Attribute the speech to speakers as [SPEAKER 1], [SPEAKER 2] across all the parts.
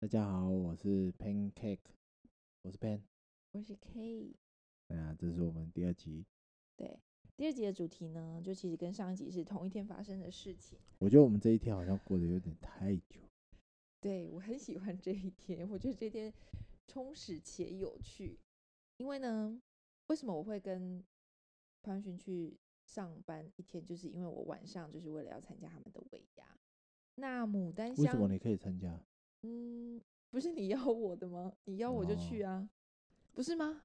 [SPEAKER 1] 大家好，我是 Pancake，我是 Pan。
[SPEAKER 2] 我是 K。
[SPEAKER 1] 哎呀，这是我们第二集。
[SPEAKER 2] 对，第二集的主题呢，就其实跟上一集是同一天发生的事情。
[SPEAKER 1] 我觉得我们这一天好像过得有点太久。
[SPEAKER 2] 对我很喜欢这一天，我觉得这天充实且有趣。因为呢，为什么我会跟潘勋去上班一天，就是因为我晚上就是为了要参加他们的尾牙。那牡丹
[SPEAKER 1] 为什么
[SPEAKER 2] 香，
[SPEAKER 1] 你可以参加？
[SPEAKER 2] 嗯，不是你邀我的吗？你邀我就去
[SPEAKER 1] 哦
[SPEAKER 2] 啊，不是吗？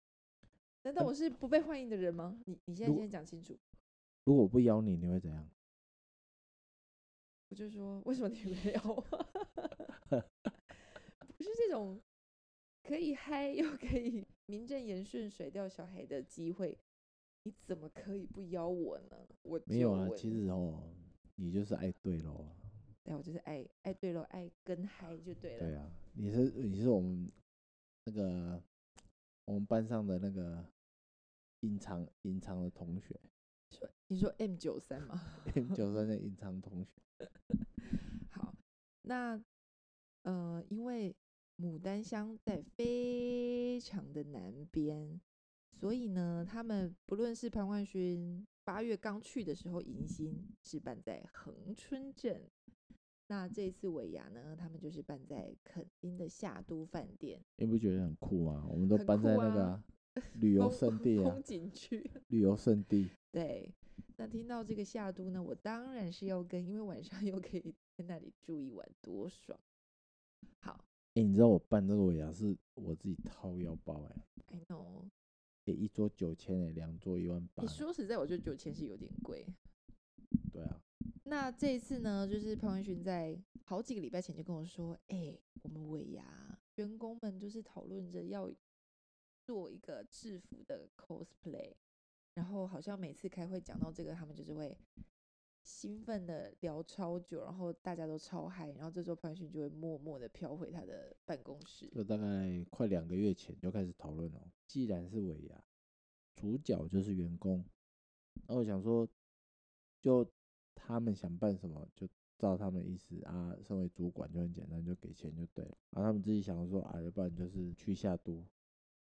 [SPEAKER 2] 难道
[SPEAKER 1] 嗯
[SPEAKER 2] 我是不被欢迎的人吗？你你现
[SPEAKER 1] 如
[SPEAKER 2] 在
[SPEAKER 1] 果
[SPEAKER 2] 先讲清楚。
[SPEAKER 1] 如果我不邀你，你会怎样？
[SPEAKER 2] 我就说为什么你没有？ 不是这种可以嗨又可以名正言顺甩掉小孩的机会，你怎么可以不邀我呢？我
[SPEAKER 1] 没有
[SPEAKER 2] 就
[SPEAKER 1] 啊，
[SPEAKER 2] 问
[SPEAKER 1] 其，实哦，你就是爱对喽。
[SPEAKER 2] 对，我就是爱爱对了，爱跟嗨就对了。
[SPEAKER 1] 对啊，你是你是我们那个我们班上的那个隐藏隐藏的同学
[SPEAKER 2] 你说 M 九三吗？
[SPEAKER 1] ，M 九三的隐藏同学。
[SPEAKER 2] 好，那呃，因为牡丹乡在非常的南边，所以呢，他们不论是潘冠勋八月刚去的时候迎新是办在恒春镇，那这一次尾牙呢，他们就是办在垦丁的夏都饭店
[SPEAKER 1] 你不觉得很酷吗？我们都
[SPEAKER 2] 很
[SPEAKER 1] 搬
[SPEAKER 2] 酷
[SPEAKER 1] 在那个
[SPEAKER 2] 啊
[SPEAKER 1] 啊旅游
[SPEAKER 2] 风
[SPEAKER 1] 胜地啊
[SPEAKER 2] 风，景区。
[SPEAKER 1] 旅游胜地。
[SPEAKER 2] 对，那听到这个夏都呢，我当然是要跟，因为晚上 又可以在那里住一晚，多爽！好
[SPEAKER 1] 哎、你知道我办这个尾牙是我自己掏腰包哎、
[SPEAKER 2] ，I know。
[SPEAKER 1] 欸一桌九千哎，两桌一万八
[SPEAKER 2] 你
[SPEAKER 1] 欸。
[SPEAKER 2] 说实在，我觉得九千是有点贵。
[SPEAKER 1] 对啊，
[SPEAKER 2] 那这一次呢，就是潘文勋在好几个礼拜前就跟我说：“哎、我们尾牙员工们就是讨论着要做一个制服的 cosplay，然后好像每次开会讲到这个，他们就是会兴奋的聊超久，然后大家都超嗨，然后这时候潘文勋就会默默的飘回他的办公室
[SPEAKER 1] 这。个大概快两个月前就开始讨论了。哦既然是尾牙，主角就是员工，那我想说，就他们想办什么就照他们意思啊。身为主管就很简单，就给钱就对了。然后他们自己想说啊，要不然就是去下都。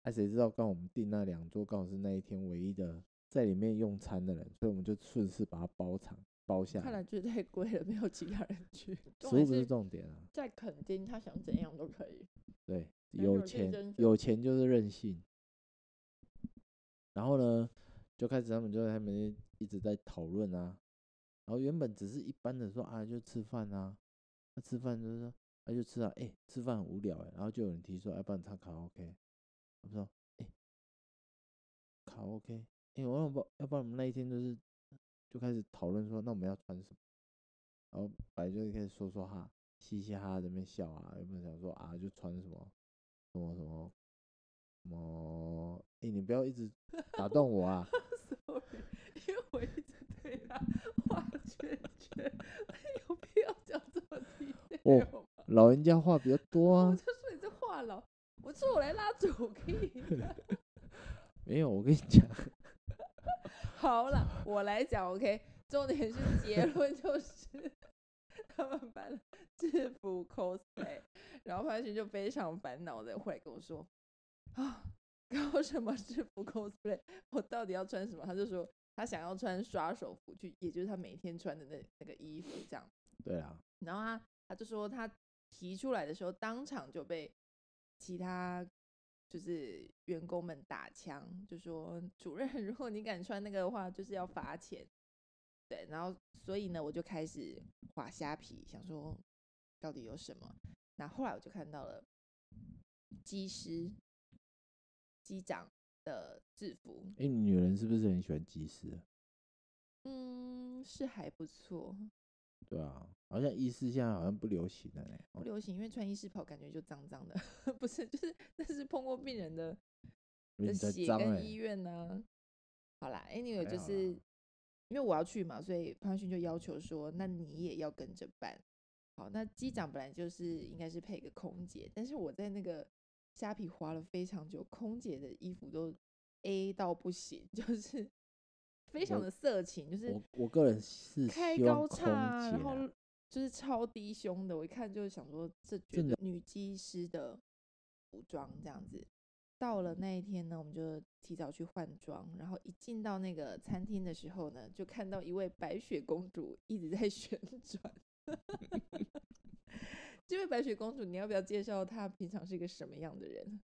[SPEAKER 1] 哎、谁知道刚好我们订那两桌刚好是那一天唯一的在里面用餐的人，所以我们就顺势把它包场包下
[SPEAKER 2] 看来就是太贵了，没有其他人 去。
[SPEAKER 1] 食
[SPEAKER 2] 重
[SPEAKER 1] 啊物
[SPEAKER 2] 点
[SPEAKER 1] 不是
[SPEAKER 2] 是
[SPEAKER 1] 重点啊，
[SPEAKER 2] 在垦丁，他想怎样都可以。
[SPEAKER 1] 对，
[SPEAKER 2] 但是
[SPEAKER 1] 有
[SPEAKER 2] 有竞
[SPEAKER 1] 钱
[SPEAKER 2] 争者
[SPEAKER 1] 有钱就是任性。然后呢，就开始他们就在他们一直在讨论啊。然后原本只是一般的说啊，就吃饭啊，那、吃饭就是说啊就吃啊，哎、吃饭很无聊哎、然后就有人提说，要、不然唱卡拉 OK。我说，哎、卡拉 OK，哎、我要不要不然我们那一天就是就开始讨论说，那我们要穿什么？然后本来就开始说说哈，嘻嘻哈哈在那边笑啊，原本想说啊就穿什么什么什么什么，哎、你不要一直打断我 啊！
[SPEAKER 2] sorry，因为我一直对他画圈圈，哎有必要讲这么低
[SPEAKER 1] 哦
[SPEAKER 2] 调吗？
[SPEAKER 1] 老人家话比较多
[SPEAKER 2] 我
[SPEAKER 1] 啊
[SPEAKER 2] 就，说你这话痨，我说我来拉主 key 的。
[SPEAKER 1] 没有，我跟你讲，
[SPEAKER 2] 好了，我来讲 OK。重点是结论就是 他们办了制服 cosplay，然后潘勋就非常烦恼的回来跟我说啊，搞什么制服 cosplay？我到底要穿什么？他就说他想要穿刷手服去，也就是他每天穿的那那个衣服这样。
[SPEAKER 1] 对啊，
[SPEAKER 2] 然后他他就说他提出来的时候，当场就被其他就是员工们打枪，就说主任， 如果你敢穿那个的话，就是要罚钱。对，然后所以呢，我就开始划虾皮，想说到底有什么。那后来我就看到了机师、机长的制服，
[SPEAKER 1] 哎、你女人是不是很喜欢技师啊？
[SPEAKER 2] 嗯，是还不错，
[SPEAKER 1] 对啊，好像医师现在好像不流行了嘞、
[SPEAKER 2] 不
[SPEAKER 1] 哦
[SPEAKER 2] 流行，因为穿医师袍感觉就脏脏的， 不是，就是那是碰过病人的
[SPEAKER 1] 因为
[SPEAKER 2] 的
[SPEAKER 1] 你在
[SPEAKER 2] 血
[SPEAKER 1] 脏哎、
[SPEAKER 2] 跟医院呢、好啦，anyway，
[SPEAKER 1] 还
[SPEAKER 2] 就
[SPEAKER 1] 好
[SPEAKER 2] 是
[SPEAKER 1] 啦
[SPEAKER 2] 因为我要去嘛，所以潘勋就要求说，那你也要跟着办。好，那机长本来就是应该是配个空姐，但是我在那个虾皮花了非常久，空姐的衣服都 A 到不行， 就是非常
[SPEAKER 1] 我
[SPEAKER 2] 的色情，就是
[SPEAKER 1] 我我个人是
[SPEAKER 2] 开
[SPEAKER 1] 希望
[SPEAKER 2] 高
[SPEAKER 1] 空姐
[SPEAKER 2] 叉啊，然后
[SPEAKER 1] 啦
[SPEAKER 2] 就是超低胸的，我一看就想说这绝
[SPEAKER 1] 真
[SPEAKER 2] 对
[SPEAKER 1] 的
[SPEAKER 2] 女技师的服装这样子。到了那一天呢，我们就提早去换装，然后一进到那个餐厅的时候呢，就看到一位白雪公主一直在 旋转。 这位白雪公主，你要不要介绍她平常是一个什么样的人？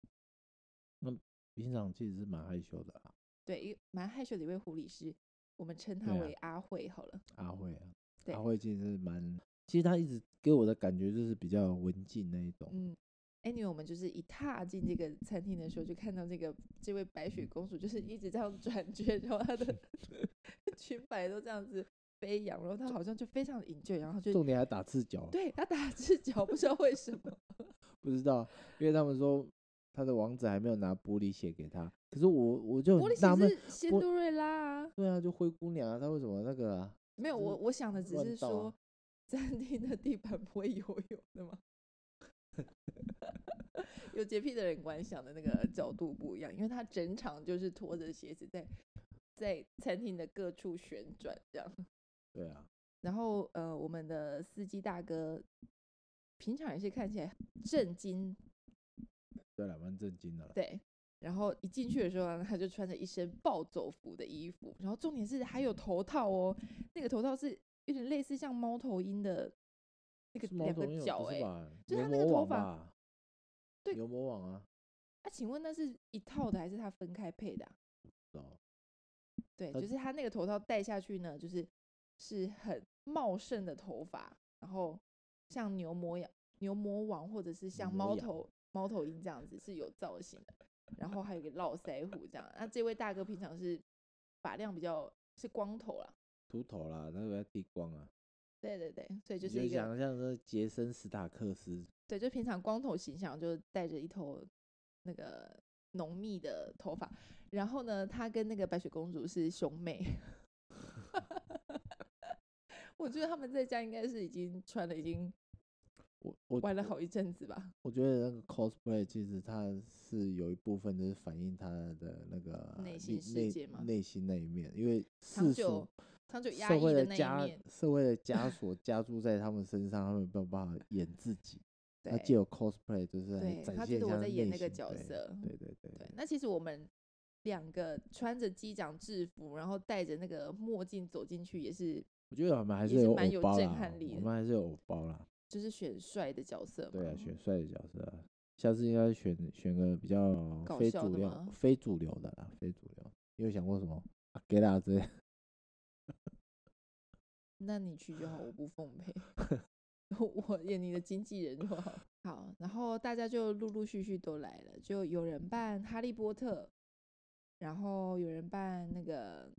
[SPEAKER 1] 平常其实是蛮害羞的啊，
[SPEAKER 2] 对，一蛮害羞的一位护理师，我们称她
[SPEAKER 1] 对啊
[SPEAKER 2] 为阿慧好了。
[SPEAKER 1] 阿慧啊，
[SPEAKER 2] 对
[SPEAKER 1] 阿慧其实是蛮，其实她一直给我的感觉就是比较文静那一种，
[SPEAKER 2] 嗯，anyway，我们就是一踏进这个餐厅的时候，就看到这个这位白雪公主就是一直这样转圈，然后她的裙摆都这样子飞扬，然后她好像就非常 enjoy，然后就
[SPEAKER 1] 重点还打赤脚，
[SPEAKER 2] 对她打赤脚，不知道为什么。
[SPEAKER 1] 不知道，因为他们说他的王子还没有拿玻璃鞋给他，可是我我就
[SPEAKER 2] 玻
[SPEAKER 1] 很
[SPEAKER 2] 璃
[SPEAKER 1] 纳闷，
[SPEAKER 2] 鞋是仙
[SPEAKER 1] 玻
[SPEAKER 2] 杜瑞拉啊，
[SPEAKER 1] 对啊，就灰姑娘啊，她为什么那个啊？
[SPEAKER 2] 没有
[SPEAKER 1] 就是
[SPEAKER 2] 我我想的只
[SPEAKER 1] 乱
[SPEAKER 2] 是
[SPEAKER 1] 倒啊
[SPEAKER 2] 说餐厅的地板不会游泳的吗？ 有洁癖的人观想的那个角度不一样，因为他整场就是拖着鞋子在在餐厅的各处旋转这样。
[SPEAKER 1] 对啊，
[SPEAKER 2] 然后呃，我们的司机大哥平常也是看起来震惊，
[SPEAKER 1] 对了，蛮震惊的啦。
[SPEAKER 2] 对。然后一进去的时候呢，他就穿着一身暴走服的衣服，然后重点是还有头套哦，那个头套是有点类似像猫头鹰的那个
[SPEAKER 1] 是猫
[SPEAKER 2] 两
[SPEAKER 1] 头
[SPEAKER 2] 个
[SPEAKER 1] 鹰有哦
[SPEAKER 2] 角
[SPEAKER 1] 不
[SPEAKER 2] 哎、
[SPEAKER 1] 是吧？
[SPEAKER 2] 就
[SPEAKER 1] 牛
[SPEAKER 2] 他那
[SPEAKER 1] 魔
[SPEAKER 2] 个头
[SPEAKER 1] 王
[SPEAKER 2] 发
[SPEAKER 1] 吧，
[SPEAKER 2] 对
[SPEAKER 1] 牛魔王啊，
[SPEAKER 2] 啊，请问那是一套的还是他分开配的啊、
[SPEAKER 1] 哦，
[SPEAKER 2] 对，
[SPEAKER 1] 他
[SPEAKER 2] 就是他那个头套戴下去呢，就是是很茂盛的头发，然后像牛魔羊、牛魔王或者是像
[SPEAKER 1] 牛
[SPEAKER 2] 猫
[SPEAKER 1] 羊
[SPEAKER 2] 头猫头鹰这样子是有造型的，然后还有一个络腮胡这样。那这位大哥平常是发量比较是光头啦，
[SPEAKER 1] 秃头啦，那个要剃光啊。
[SPEAKER 2] 对对对，所以就
[SPEAKER 1] 你
[SPEAKER 2] 是一个
[SPEAKER 1] 想象是杰森·斯塔克斯，
[SPEAKER 2] 对，就平常光头形象，就戴着一头那个浓密的头发，然后呢，他跟那个白雪公主是兄 妹。我觉得他们在家应该是已经穿了，已经
[SPEAKER 1] 我我
[SPEAKER 2] 玩了好一阵子吧。
[SPEAKER 1] 我觉得那个 cosplay 其实它是有一部分就是反映他的那个
[SPEAKER 2] 内
[SPEAKER 1] 里
[SPEAKER 2] 心世
[SPEAKER 1] 内
[SPEAKER 2] 界吗
[SPEAKER 1] 内心那一面，因为
[SPEAKER 2] 长
[SPEAKER 1] 世俗
[SPEAKER 2] 久长久压
[SPEAKER 1] 社
[SPEAKER 2] 抑
[SPEAKER 1] 会
[SPEAKER 2] 的
[SPEAKER 1] 的
[SPEAKER 2] 那一
[SPEAKER 1] 枷
[SPEAKER 2] 面，
[SPEAKER 1] 社会的枷锁加注在他们身上，他们没有办法演自 己。他
[SPEAKER 2] 对
[SPEAKER 1] 借由 cosplay 呃就是来
[SPEAKER 2] 对，
[SPEAKER 1] 展
[SPEAKER 2] 他
[SPEAKER 1] 现
[SPEAKER 2] 觉
[SPEAKER 1] 一
[SPEAKER 2] 得
[SPEAKER 1] 下
[SPEAKER 2] 我在
[SPEAKER 1] 内
[SPEAKER 2] 演那个
[SPEAKER 1] 心
[SPEAKER 2] 角
[SPEAKER 1] 对
[SPEAKER 2] 色。嗯
[SPEAKER 1] 对对对
[SPEAKER 2] 对，那其实我们两个穿着机长制服，然后戴着那个墨镜走进去，也是
[SPEAKER 1] 我觉得我们还
[SPEAKER 2] 也
[SPEAKER 1] 是
[SPEAKER 2] 是
[SPEAKER 1] 有
[SPEAKER 2] 蛮
[SPEAKER 1] 偶
[SPEAKER 2] 有
[SPEAKER 1] 包
[SPEAKER 2] 震
[SPEAKER 1] 啦
[SPEAKER 2] 撼力
[SPEAKER 1] 我
[SPEAKER 2] 的嗯
[SPEAKER 1] 们还是有偶包啦。
[SPEAKER 2] 就是选帅的角色嘛。
[SPEAKER 1] 对啊，选帅的角色啊，下次应该选选个比较
[SPEAKER 2] 搞
[SPEAKER 1] 非
[SPEAKER 2] 笑
[SPEAKER 1] 主
[SPEAKER 2] 的
[SPEAKER 1] 流
[SPEAKER 2] 吗、
[SPEAKER 1] 非主流的啦，非主流。你有想过什么阿给啦之类的？
[SPEAKER 2] 那你去就好， 我不奉陪，我演你的经纪人就好。好，然后大家就陆陆续续都来了，就有人扮哈利波特，然后有人扮那个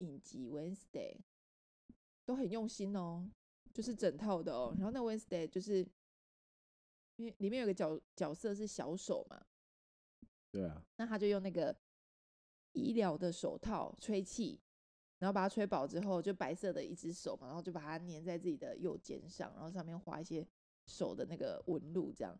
[SPEAKER 2] 影集 Wednesday，都很用心哦，就是整套的哦。然后那 Wednesday 就是因为里面有个角角色是小手嘛，
[SPEAKER 1] 对啊，
[SPEAKER 2] 那他就用那个医疗的手套吹气，然后把它吹饱之后，就白色的一只手嘛，然后就把它粘在自己的右肩上，然后上面画一些手的那个纹路，这样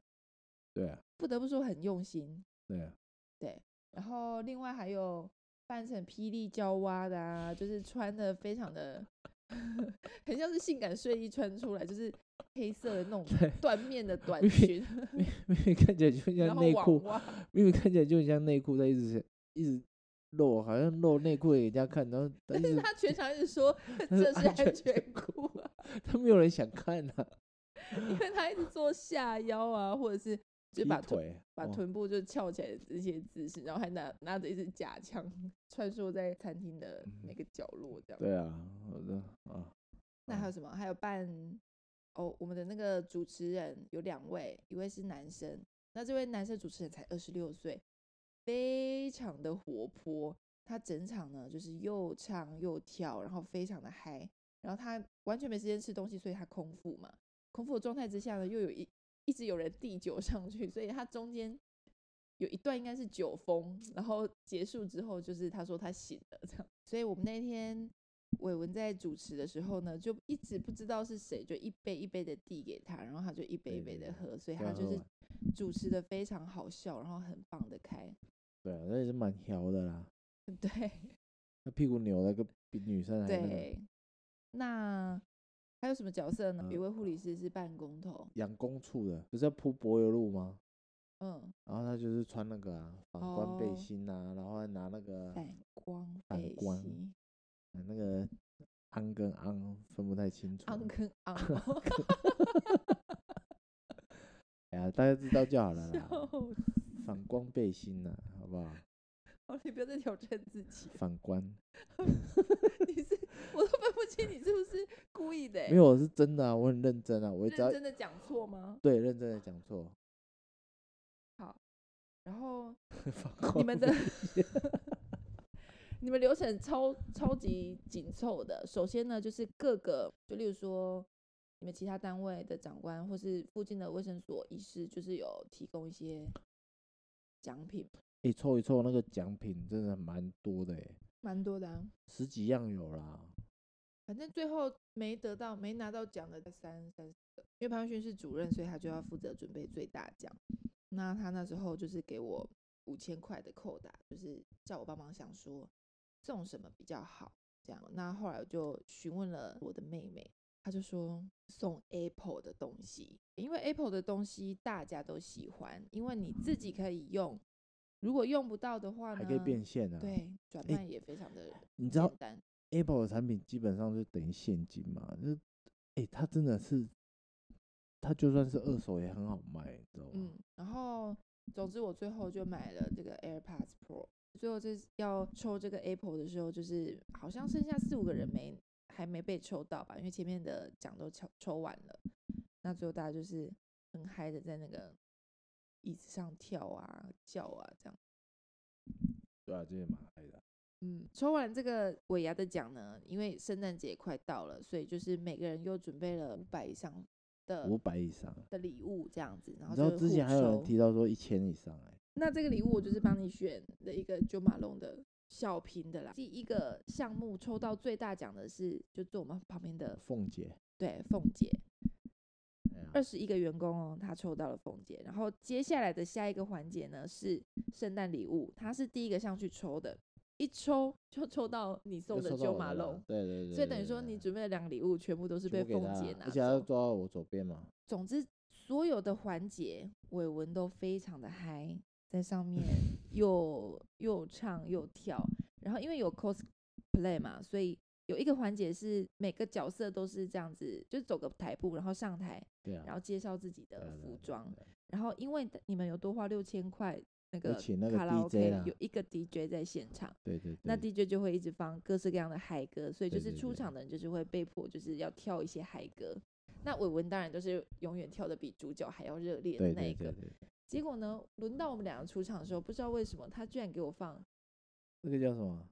[SPEAKER 1] 对啊，
[SPEAKER 2] 不得不说很用心。
[SPEAKER 1] 对啊，
[SPEAKER 2] 然后另外还有扮成霹雳娇娃的啊，就是穿的非常的 很像是性感睡衣穿出来，就是黑色的那 种缎面的短
[SPEAKER 1] 明明
[SPEAKER 2] 裙，
[SPEAKER 1] 明明 看起来就
[SPEAKER 2] 然
[SPEAKER 1] 像
[SPEAKER 2] 后
[SPEAKER 1] 内
[SPEAKER 2] 网
[SPEAKER 1] 裤，
[SPEAKER 2] 袜。
[SPEAKER 1] 明明看起来就很像内裤在一直一直露，好像露内裤给人家看， 然后但
[SPEAKER 2] 但是
[SPEAKER 1] 是
[SPEAKER 2] 他全场一直说这
[SPEAKER 1] 是
[SPEAKER 2] 是
[SPEAKER 1] 安全
[SPEAKER 2] 安全
[SPEAKER 1] 裤
[SPEAKER 2] 裤啊。
[SPEAKER 1] 他没有人想看啊，
[SPEAKER 2] 因为他一直做下腰啊，或者是就
[SPEAKER 1] 劈
[SPEAKER 2] 把臀
[SPEAKER 1] 腿
[SPEAKER 2] 把
[SPEAKER 1] 哦
[SPEAKER 2] 臀部就翘起来的这些姿势，然后还拿拿着一支假枪穿梭在餐厅的每个角落这
[SPEAKER 1] 嗯
[SPEAKER 2] 样。
[SPEAKER 1] 对啊，好的啊，
[SPEAKER 2] 那还有
[SPEAKER 1] 嗯
[SPEAKER 2] 什么？还有扮哦，我们的那个主持人有两位，一位是男生，那这位男生主持人才二十六岁，非常的活泼。他整场呢就是又唱又跳，然后非常的嗨，然后他完全没时间吃东西，所以他空腹嘛。空腹的状态之下呢，又有一一直有人递酒上去，所以他中间有一段应该是酒疯，然后结束之后就是他说他醒了这样。所以我们那天伟文在主持的时候呢，就一直不知道是谁，就一杯一杯的递给他，然后他就一杯一
[SPEAKER 1] 对
[SPEAKER 2] 杯
[SPEAKER 1] 对
[SPEAKER 2] 的喝，所以
[SPEAKER 1] 对
[SPEAKER 2] 他
[SPEAKER 1] 啊
[SPEAKER 2] 就
[SPEAKER 1] 喝
[SPEAKER 2] 是
[SPEAKER 1] 完
[SPEAKER 2] 主持的非常好笑，然后很放得开。
[SPEAKER 1] 对啊，那也是蛮调的啦，
[SPEAKER 2] 对
[SPEAKER 1] 那屁股扭的个比女生还那个
[SPEAKER 2] 对，那还有什么角色呢？
[SPEAKER 1] 嗯
[SPEAKER 2] 有位护理师是扮工头，
[SPEAKER 1] 养工处的，不是要铺柏油路吗？
[SPEAKER 2] 嗯，
[SPEAKER 1] 然后他就是穿那个啊反光
[SPEAKER 2] 哦
[SPEAKER 1] 背心啊，然后还拿那个
[SPEAKER 2] 反光
[SPEAKER 1] 反
[SPEAKER 2] 背
[SPEAKER 1] 光
[SPEAKER 2] 心，
[SPEAKER 1] 呃那个 昂跟昂分不太清楚。
[SPEAKER 2] 昂 跟昂，
[SPEAKER 1] 哎呀，大家知道就好了
[SPEAKER 2] 笑哦
[SPEAKER 1] 啦。
[SPEAKER 2] 死！
[SPEAKER 1] 反光背心呐、好不 好？
[SPEAKER 2] 哦，你不要再挑战自己了，
[SPEAKER 1] 反光
[SPEAKER 2] 你是我都分不清你是不是故意的欸、
[SPEAKER 1] 没有，我是真的啊，我很认真啊，我只要
[SPEAKER 2] 认真的讲错吗？
[SPEAKER 1] 对认真的讲 错。
[SPEAKER 2] 然后
[SPEAKER 1] 反
[SPEAKER 2] 你
[SPEAKER 1] 光
[SPEAKER 2] 们的 你们流程超超级紧凑的。首先呢，就是各个，就例如说你们其他单位的长官或是附近的卫生所医师，就是有提供一些奖品，
[SPEAKER 1] 一凑一凑那个奖品真的蛮多的诶，
[SPEAKER 2] 蛮多的、啊。
[SPEAKER 1] 十几样有啦。
[SPEAKER 2] 啊反正最后没得到、没拿到奖的三三四个，因为潘文勋是主任，所以他就要负责准备最大奖。那他那时候就是给我五千块的扣打，就是叫我帮忙想说送什么比较好。这样，那后来我就询问了我的妹妹，她就说送 Apple 的东西，因为 Apple 的东西大家都喜欢，因为你自己可以用，如果用不到的话呢，
[SPEAKER 1] 还可以变现啊。，
[SPEAKER 2] 对转
[SPEAKER 1] 诶
[SPEAKER 2] 卖也非常的
[SPEAKER 1] 你知道
[SPEAKER 2] 简单。
[SPEAKER 1] Apple 的产品基本上就等于现金嘛，就是哎、它真的是，它就算是二手也很好卖，你知道吗？
[SPEAKER 2] 嗯，然后
[SPEAKER 1] 嗯
[SPEAKER 2] 总之我最后就买了这个 AirPods Pro。最后这次要抽这个 Apple 的时候，就是好像剩下四五个人没还没被抽到吧，因为前面的奖都抽抽完了。那最后大家就是很嗨的在那个椅子上跳啊叫啊这样。
[SPEAKER 1] 对啊，这也蛮嗨的。
[SPEAKER 2] 嗯，抽完这个尾牙的奖呢，因为圣诞节快到了，所以就是每个人又准备了五百以上的
[SPEAKER 1] 五百以上，
[SPEAKER 2] 的礼物这样子，呃
[SPEAKER 1] 你
[SPEAKER 2] 然后
[SPEAKER 1] 知道
[SPEAKER 2] 就
[SPEAKER 1] 之
[SPEAKER 2] 互
[SPEAKER 1] 前还有人
[SPEAKER 2] 抽
[SPEAKER 1] 提到说一千以上哎、
[SPEAKER 2] 那这个礼物我就是帮你选的一个九马龙的小瓶的啦。第一个项目抽到最大奖的是，就坐我们旁边的
[SPEAKER 1] 凤姐，
[SPEAKER 2] 对凤姐，
[SPEAKER 1] 哎呀
[SPEAKER 2] 二十一个员工哦，她抽到了凤姐。然后接下来的下一个环节呢是圣诞礼物，她是第一个上去抽的，一抽就抽到你送
[SPEAKER 1] 就
[SPEAKER 2] 的
[SPEAKER 1] 抽到
[SPEAKER 2] 九
[SPEAKER 1] 我
[SPEAKER 2] 马
[SPEAKER 1] 的了
[SPEAKER 2] 龙。
[SPEAKER 1] 对对对，
[SPEAKER 2] 所以等于
[SPEAKER 1] 对
[SPEAKER 2] 说，
[SPEAKER 1] 对
[SPEAKER 2] 你
[SPEAKER 1] 对
[SPEAKER 2] 准备的两个礼物全部都是被
[SPEAKER 1] 全部给
[SPEAKER 2] 凤
[SPEAKER 1] 她
[SPEAKER 2] 姐
[SPEAKER 1] 啊
[SPEAKER 2] 拿
[SPEAKER 1] 而且他
[SPEAKER 2] 走
[SPEAKER 1] 坐到我左边嘛，
[SPEAKER 2] 总之，所有的环节伟文都非常的嗨，在上 面又又唱又跳。然后因为有 cosplay 嘛，所以有一个环节是每个角色都是这样子，就走个台步，然后上台，
[SPEAKER 1] 对啊，
[SPEAKER 2] 然后介绍自己
[SPEAKER 1] 对啊
[SPEAKER 2] 的
[SPEAKER 1] 对啊
[SPEAKER 2] 服
[SPEAKER 1] 对啊
[SPEAKER 2] 装。
[SPEAKER 1] 对啊
[SPEAKER 2] 然后因为你们有多花六千块那
[SPEAKER 1] 有
[SPEAKER 2] 个
[SPEAKER 1] 请那个
[SPEAKER 2] 卡拉
[SPEAKER 1] DJ
[SPEAKER 2] OK，
[SPEAKER 1] 啦
[SPEAKER 2] 有一个 DJ 在现场。
[SPEAKER 1] 对对对，
[SPEAKER 2] 那 DJ 就会一直放各式各样的嗨歌，所以
[SPEAKER 1] 嗯
[SPEAKER 2] 就
[SPEAKER 1] 对
[SPEAKER 2] 是
[SPEAKER 1] 对
[SPEAKER 2] 出
[SPEAKER 1] 对
[SPEAKER 2] 场的人就是会被迫就是要跳一些嗨歌。那伟文当然都是永远跳的比主角还要热烈的
[SPEAKER 1] 对
[SPEAKER 2] 那一
[SPEAKER 1] 对
[SPEAKER 2] 个。
[SPEAKER 1] 对对，
[SPEAKER 2] 结果呢，轮到我们两个出场的时候，不知道为什么他居然给我放
[SPEAKER 1] 那个叫什么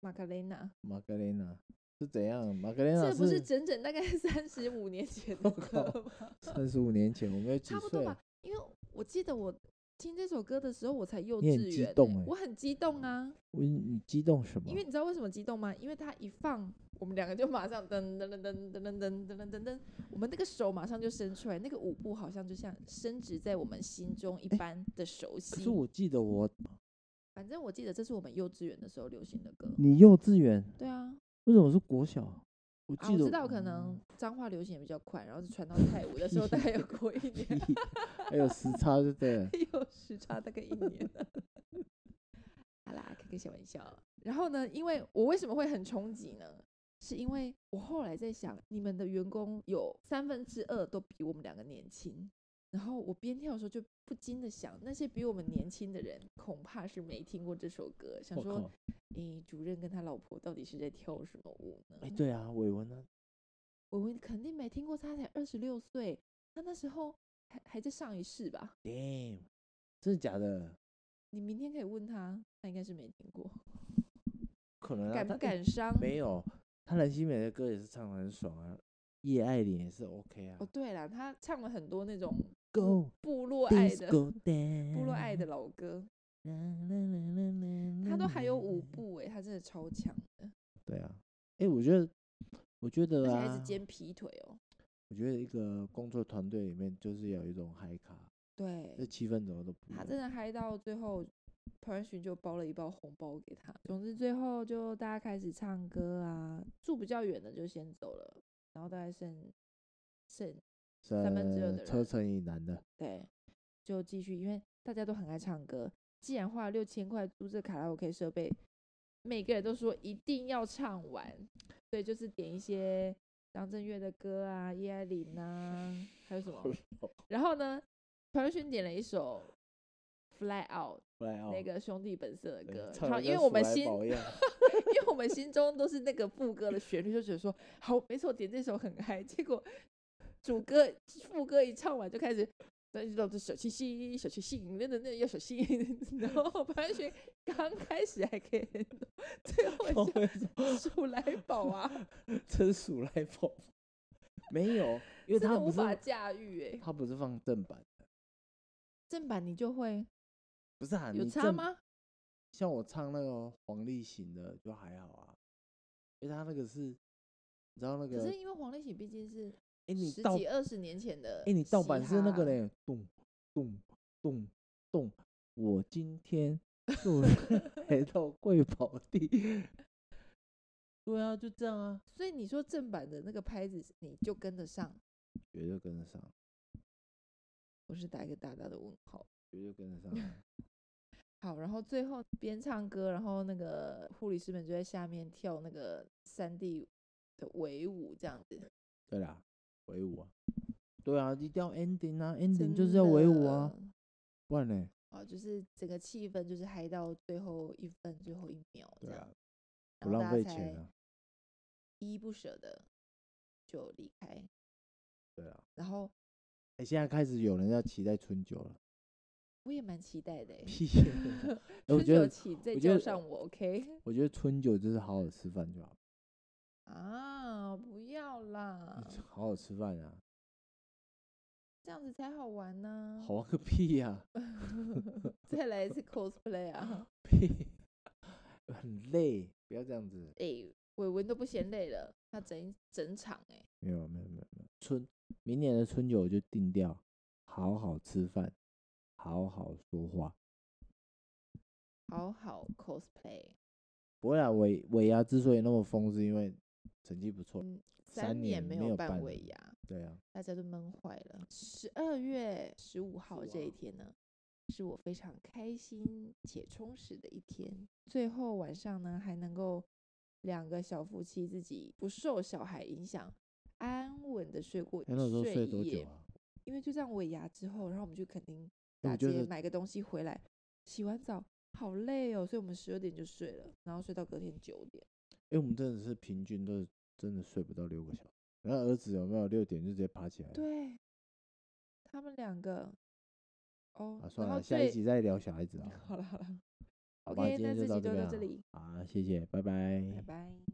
[SPEAKER 2] 玛卡雷娜，
[SPEAKER 1] 玛格丽娜是怎样？玛格丽娜
[SPEAKER 2] 这不是整整大概三十五年前的
[SPEAKER 1] 哎我
[SPEAKER 2] 歌
[SPEAKER 1] 靠
[SPEAKER 2] 吗？
[SPEAKER 1] 三十五年前，我们有几
[SPEAKER 2] 差不多
[SPEAKER 1] 岁？啊
[SPEAKER 2] 吧，因为我记得我听这首歌的时候，我才幼稚
[SPEAKER 1] 你
[SPEAKER 2] 园
[SPEAKER 1] 很
[SPEAKER 2] 欸、
[SPEAKER 1] 激动欸
[SPEAKER 2] 我很激动啊。
[SPEAKER 1] 我你激动什么？
[SPEAKER 2] 因为你知道为什么激动吗？因为他一放，我们两个就马上噔噔噔噔噔噔噔噔噔噔噔，我们那个手马上就伸出来，那个舞步好像就像伸直在我们心中一
[SPEAKER 1] 诶
[SPEAKER 2] 般的熟
[SPEAKER 1] 哎可
[SPEAKER 2] 悉
[SPEAKER 1] 是。我记得我
[SPEAKER 2] 反正我记得这是我们幼稚园的时候流行的歌。
[SPEAKER 1] 你幼稚园
[SPEAKER 2] 对啊，
[SPEAKER 1] 为什么是国小？我
[SPEAKER 2] 啊
[SPEAKER 1] 记
[SPEAKER 2] 我
[SPEAKER 1] 得
[SPEAKER 2] 知道可能脏话流行也比较快，然后就传到 泰舞的时候，大概有过一年。。
[SPEAKER 1] 屁还有时差就对了
[SPEAKER 2] 有时差大概一年了。好啦，开个小玩笑。然后呢，因为我为什么会很冲击呢？是因为我后来在想，你们的员工有三分之二都比我们两个年轻。然后我边跳的时候就不禁的想，那些比我们年轻的人恐怕是没听过这首歌， 想
[SPEAKER 1] 我
[SPEAKER 2] 说，
[SPEAKER 1] 靠！
[SPEAKER 2] 诶，主任跟他老婆到底是在跳什么舞呢？
[SPEAKER 1] 哎，对啊，伟文呢？
[SPEAKER 2] 我们肯定没听过，他才二十六岁，他那时候还还在上一世吧？
[SPEAKER 1] Damn，真的假的？
[SPEAKER 2] 你明天可以问他，他应该是没听过。
[SPEAKER 1] 可能啊
[SPEAKER 2] 感
[SPEAKER 1] 他
[SPEAKER 2] 不
[SPEAKER 1] 哎
[SPEAKER 2] 感伤？
[SPEAKER 1] 没有，他蓝心湄的歌也是唱的很爽啊，叶爱玲也是 OK 啊
[SPEAKER 2] 哦，。对了，他唱了很多那种
[SPEAKER 1] Go
[SPEAKER 2] 部落爱的
[SPEAKER 1] disco dance，
[SPEAKER 2] 部落爱的老歌，
[SPEAKER 1] 啦啦啦啦啦
[SPEAKER 2] 他都还有
[SPEAKER 1] 啦
[SPEAKER 2] 舞
[SPEAKER 1] 啦。
[SPEAKER 2] 步哎、他真的超强的，
[SPEAKER 1] 对啊，哎，我觉得，我觉
[SPEAKER 2] 而
[SPEAKER 1] 得
[SPEAKER 2] 且还是
[SPEAKER 1] 啊，
[SPEAKER 2] 兼劈腿哦。
[SPEAKER 1] 我觉得一个工作团队里面就是要有一种嗨卡，这
[SPEAKER 2] 对，
[SPEAKER 1] 气氛怎么都不一
[SPEAKER 2] 他
[SPEAKER 1] 样。
[SPEAKER 2] 真的嗨到最后，彭仁勋就包了一包红包给他。总之最后就大家开始唱歌啊，住比较远的就先走了。然后大概剩剩
[SPEAKER 1] 三
[SPEAKER 2] 分之二的
[SPEAKER 1] 车
[SPEAKER 2] 人
[SPEAKER 1] 程以南的，
[SPEAKER 2] 对，就继续，因为大家都很爱唱歌。既然花了六千块租这卡拉 OK 设备，每个人都说一定要唱完，所以就是点一些张震岳的歌啊、叶爱玲啊，还有什么？然后呢，团队勋点了一首《Fly Out》
[SPEAKER 1] 来哦，
[SPEAKER 2] 那个兄弟本色的
[SPEAKER 1] 对
[SPEAKER 2] 歌，
[SPEAKER 1] 唱
[SPEAKER 2] 然后
[SPEAKER 1] 得
[SPEAKER 2] 因
[SPEAKER 1] 跟
[SPEAKER 2] 为我
[SPEAKER 1] 鼠
[SPEAKER 2] 们
[SPEAKER 1] 来
[SPEAKER 2] 心
[SPEAKER 1] 宝一 样
[SPEAKER 2] 因为我们心中都是那个副歌的旋律，就觉得说好，没错，点这首很嗨。结果主歌副歌一唱完就开始，那就这小清新，小清新，那那那要小心。 然后潘安学刚开始还可以 handle，最
[SPEAKER 1] 都
[SPEAKER 2] 后
[SPEAKER 1] 会 说
[SPEAKER 2] 像鼠来宝啊，
[SPEAKER 1] 这是鼠来宝， 没有，因为
[SPEAKER 2] 真
[SPEAKER 1] 他
[SPEAKER 2] 的
[SPEAKER 1] 不
[SPEAKER 2] 无法
[SPEAKER 1] 是
[SPEAKER 2] 驾驭哎、
[SPEAKER 1] 他不是放正版的，
[SPEAKER 2] 正版你就会
[SPEAKER 1] 不是啊，
[SPEAKER 2] 有
[SPEAKER 1] 你
[SPEAKER 2] 差
[SPEAKER 1] 正
[SPEAKER 2] 吗？
[SPEAKER 1] 像我唱那个黄立行的就还好啊，因为他那个是，你知道那
[SPEAKER 2] 可
[SPEAKER 1] 个，
[SPEAKER 2] 是
[SPEAKER 1] 哎、
[SPEAKER 2] 因为黄立行毕竟是
[SPEAKER 1] 你
[SPEAKER 2] 十
[SPEAKER 1] 盗，
[SPEAKER 2] 几
[SPEAKER 1] 哎、
[SPEAKER 2] 二十年前的，
[SPEAKER 1] 你盗版是那个，嘞，咚咚咚咚，我今天就来到贵宝地，对啊，就这样啊，
[SPEAKER 2] 所以你说正版的那个拍子你就跟得上，
[SPEAKER 1] 绝对跟得上，
[SPEAKER 2] 我是打一个大大的问号。
[SPEAKER 1] 绝对跟得上啊，
[SPEAKER 2] 好，然后最后边唱歌，然后那个护理师们就在下面跳那个三 D 的围舞，这样子。
[SPEAKER 1] 对啦，唯舞啊，对啊，一定要 ending 啊，ending 就是要唯舞啊，
[SPEAKER 2] 真的。
[SPEAKER 1] 不然呢？
[SPEAKER 2] 啊，就是整个气氛就是嗨到最后一分、最后一秒这
[SPEAKER 1] 对
[SPEAKER 2] 样
[SPEAKER 1] 啊，，不浪费钱啊，
[SPEAKER 2] 依依不舍的就离开。
[SPEAKER 1] 对啊，
[SPEAKER 2] 然后
[SPEAKER 1] 哎、现在开始有人要期待春酒了，
[SPEAKER 2] 我也蛮期待 的欸，
[SPEAKER 1] 屁耶、 哎我
[SPEAKER 2] 春
[SPEAKER 1] 觉
[SPEAKER 2] 酒
[SPEAKER 1] 得
[SPEAKER 2] 请再
[SPEAKER 1] 我觉
[SPEAKER 2] 叫
[SPEAKER 1] 得
[SPEAKER 2] 上我，OK？
[SPEAKER 1] 我觉得春酒就是好好吃饭就好，
[SPEAKER 2] 啊，不要啦，
[SPEAKER 1] 好好吃饭啊，
[SPEAKER 2] 这样子才好玩呢、
[SPEAKER 1] 好玩啊个屁呀、
[SPEAKER 2] 再来一次 cosplay 啊！
[SPEAKER 1] 屁，很累，不要这样子。
[SPEAKER 2] 诶，伟文哎都不嫌累了，他整一整场哎诶，
[SPEAKER 1] 没有没有没有没有，春明年的春酒我就定掉，好好吃饭，好好说话。
[SPEAKER 2] 好好 cosplay，
[SPEAKER 1] 不会啊，尾尾牙之所以那么疯，是因为成绩不错。
[SPEAKER 2] 嗯，
[SPEAKER 1] 三
[SPEAKER 2] 三
[SPEAKER 1] 年
[SPEAKER 2] 没
[SPEAKER 1] 没有
[SPEAKER 2] 办
[SPEAKER 1] 办
[SPEAKER 2] 尾
[SPEAKER 1] 了
[SPEAKER 2] 牙，
[SPEAKER 1] 对啊，
[SPEAKER 2] 大家都闷坏了。十二月十五号这一
[SPEAKER 1] 15号
[SPEAKER 2] 天呢，是我非常开心且充实的一天。最后晚上呢，还能够两个小夫妻自己不受小孩影响，安稳的睡过
[SPEAKER 1] 哎，那时候睡
[SPEAKER 2] 睡
[SPEAKER 1] 多
[SPEAKER 2] 一
[SPEAKER 1] 久
[SPEAKER 2] 夜。
[SPEAKER 1] 啊？
[SPEAKER 2] 因为就这样尾牙之后，然后我们去垦丁
[SPEAKER 1] 哎
[SPEAKER 2] 大
[SPEAKER 1] 我觉
[SPEAKER 2] 街
[SPEAKER 1] 得
[SPEAKER 2] 买个东西回来，洗完澡好累哦，所以我们十二点就睡了，然后睡到隔天九点。
[SPEAKER 1] 哎、我们真的是平均都是真的睡不到六个小时。然后儿子有没有六点就直接爬起来了？
[SPEAKER 2] 对，他们两个哦，
[SPEAKER 1] 啊，算
[SPEAKER 2] 然后
[SPEAKER 1] 了，下一
[SPEAKER 2] 最
[SPEAKER 1] 集再聊小孩子啊。
[SPEAKER 2] 好了好了
[SPEAKER 1] 好吧
[SPEAKER 2] ，OK，
[SPEAKER 1] 今
[SPEAKER 2] 那
[SPEAKER 1] 天就
[SPEAKER 2] 这集
[SPEAKER 1] 到
[SPEAKER 2] 就
[SPEAKER 1] 边
[SPEAKER 2] 到
[SPEAKER 1] 啊
[SPEAKER 2] 这里，
[SPEAKER 1] 好，谢谢，拜拜
[SPEAKER 2] 拜拜。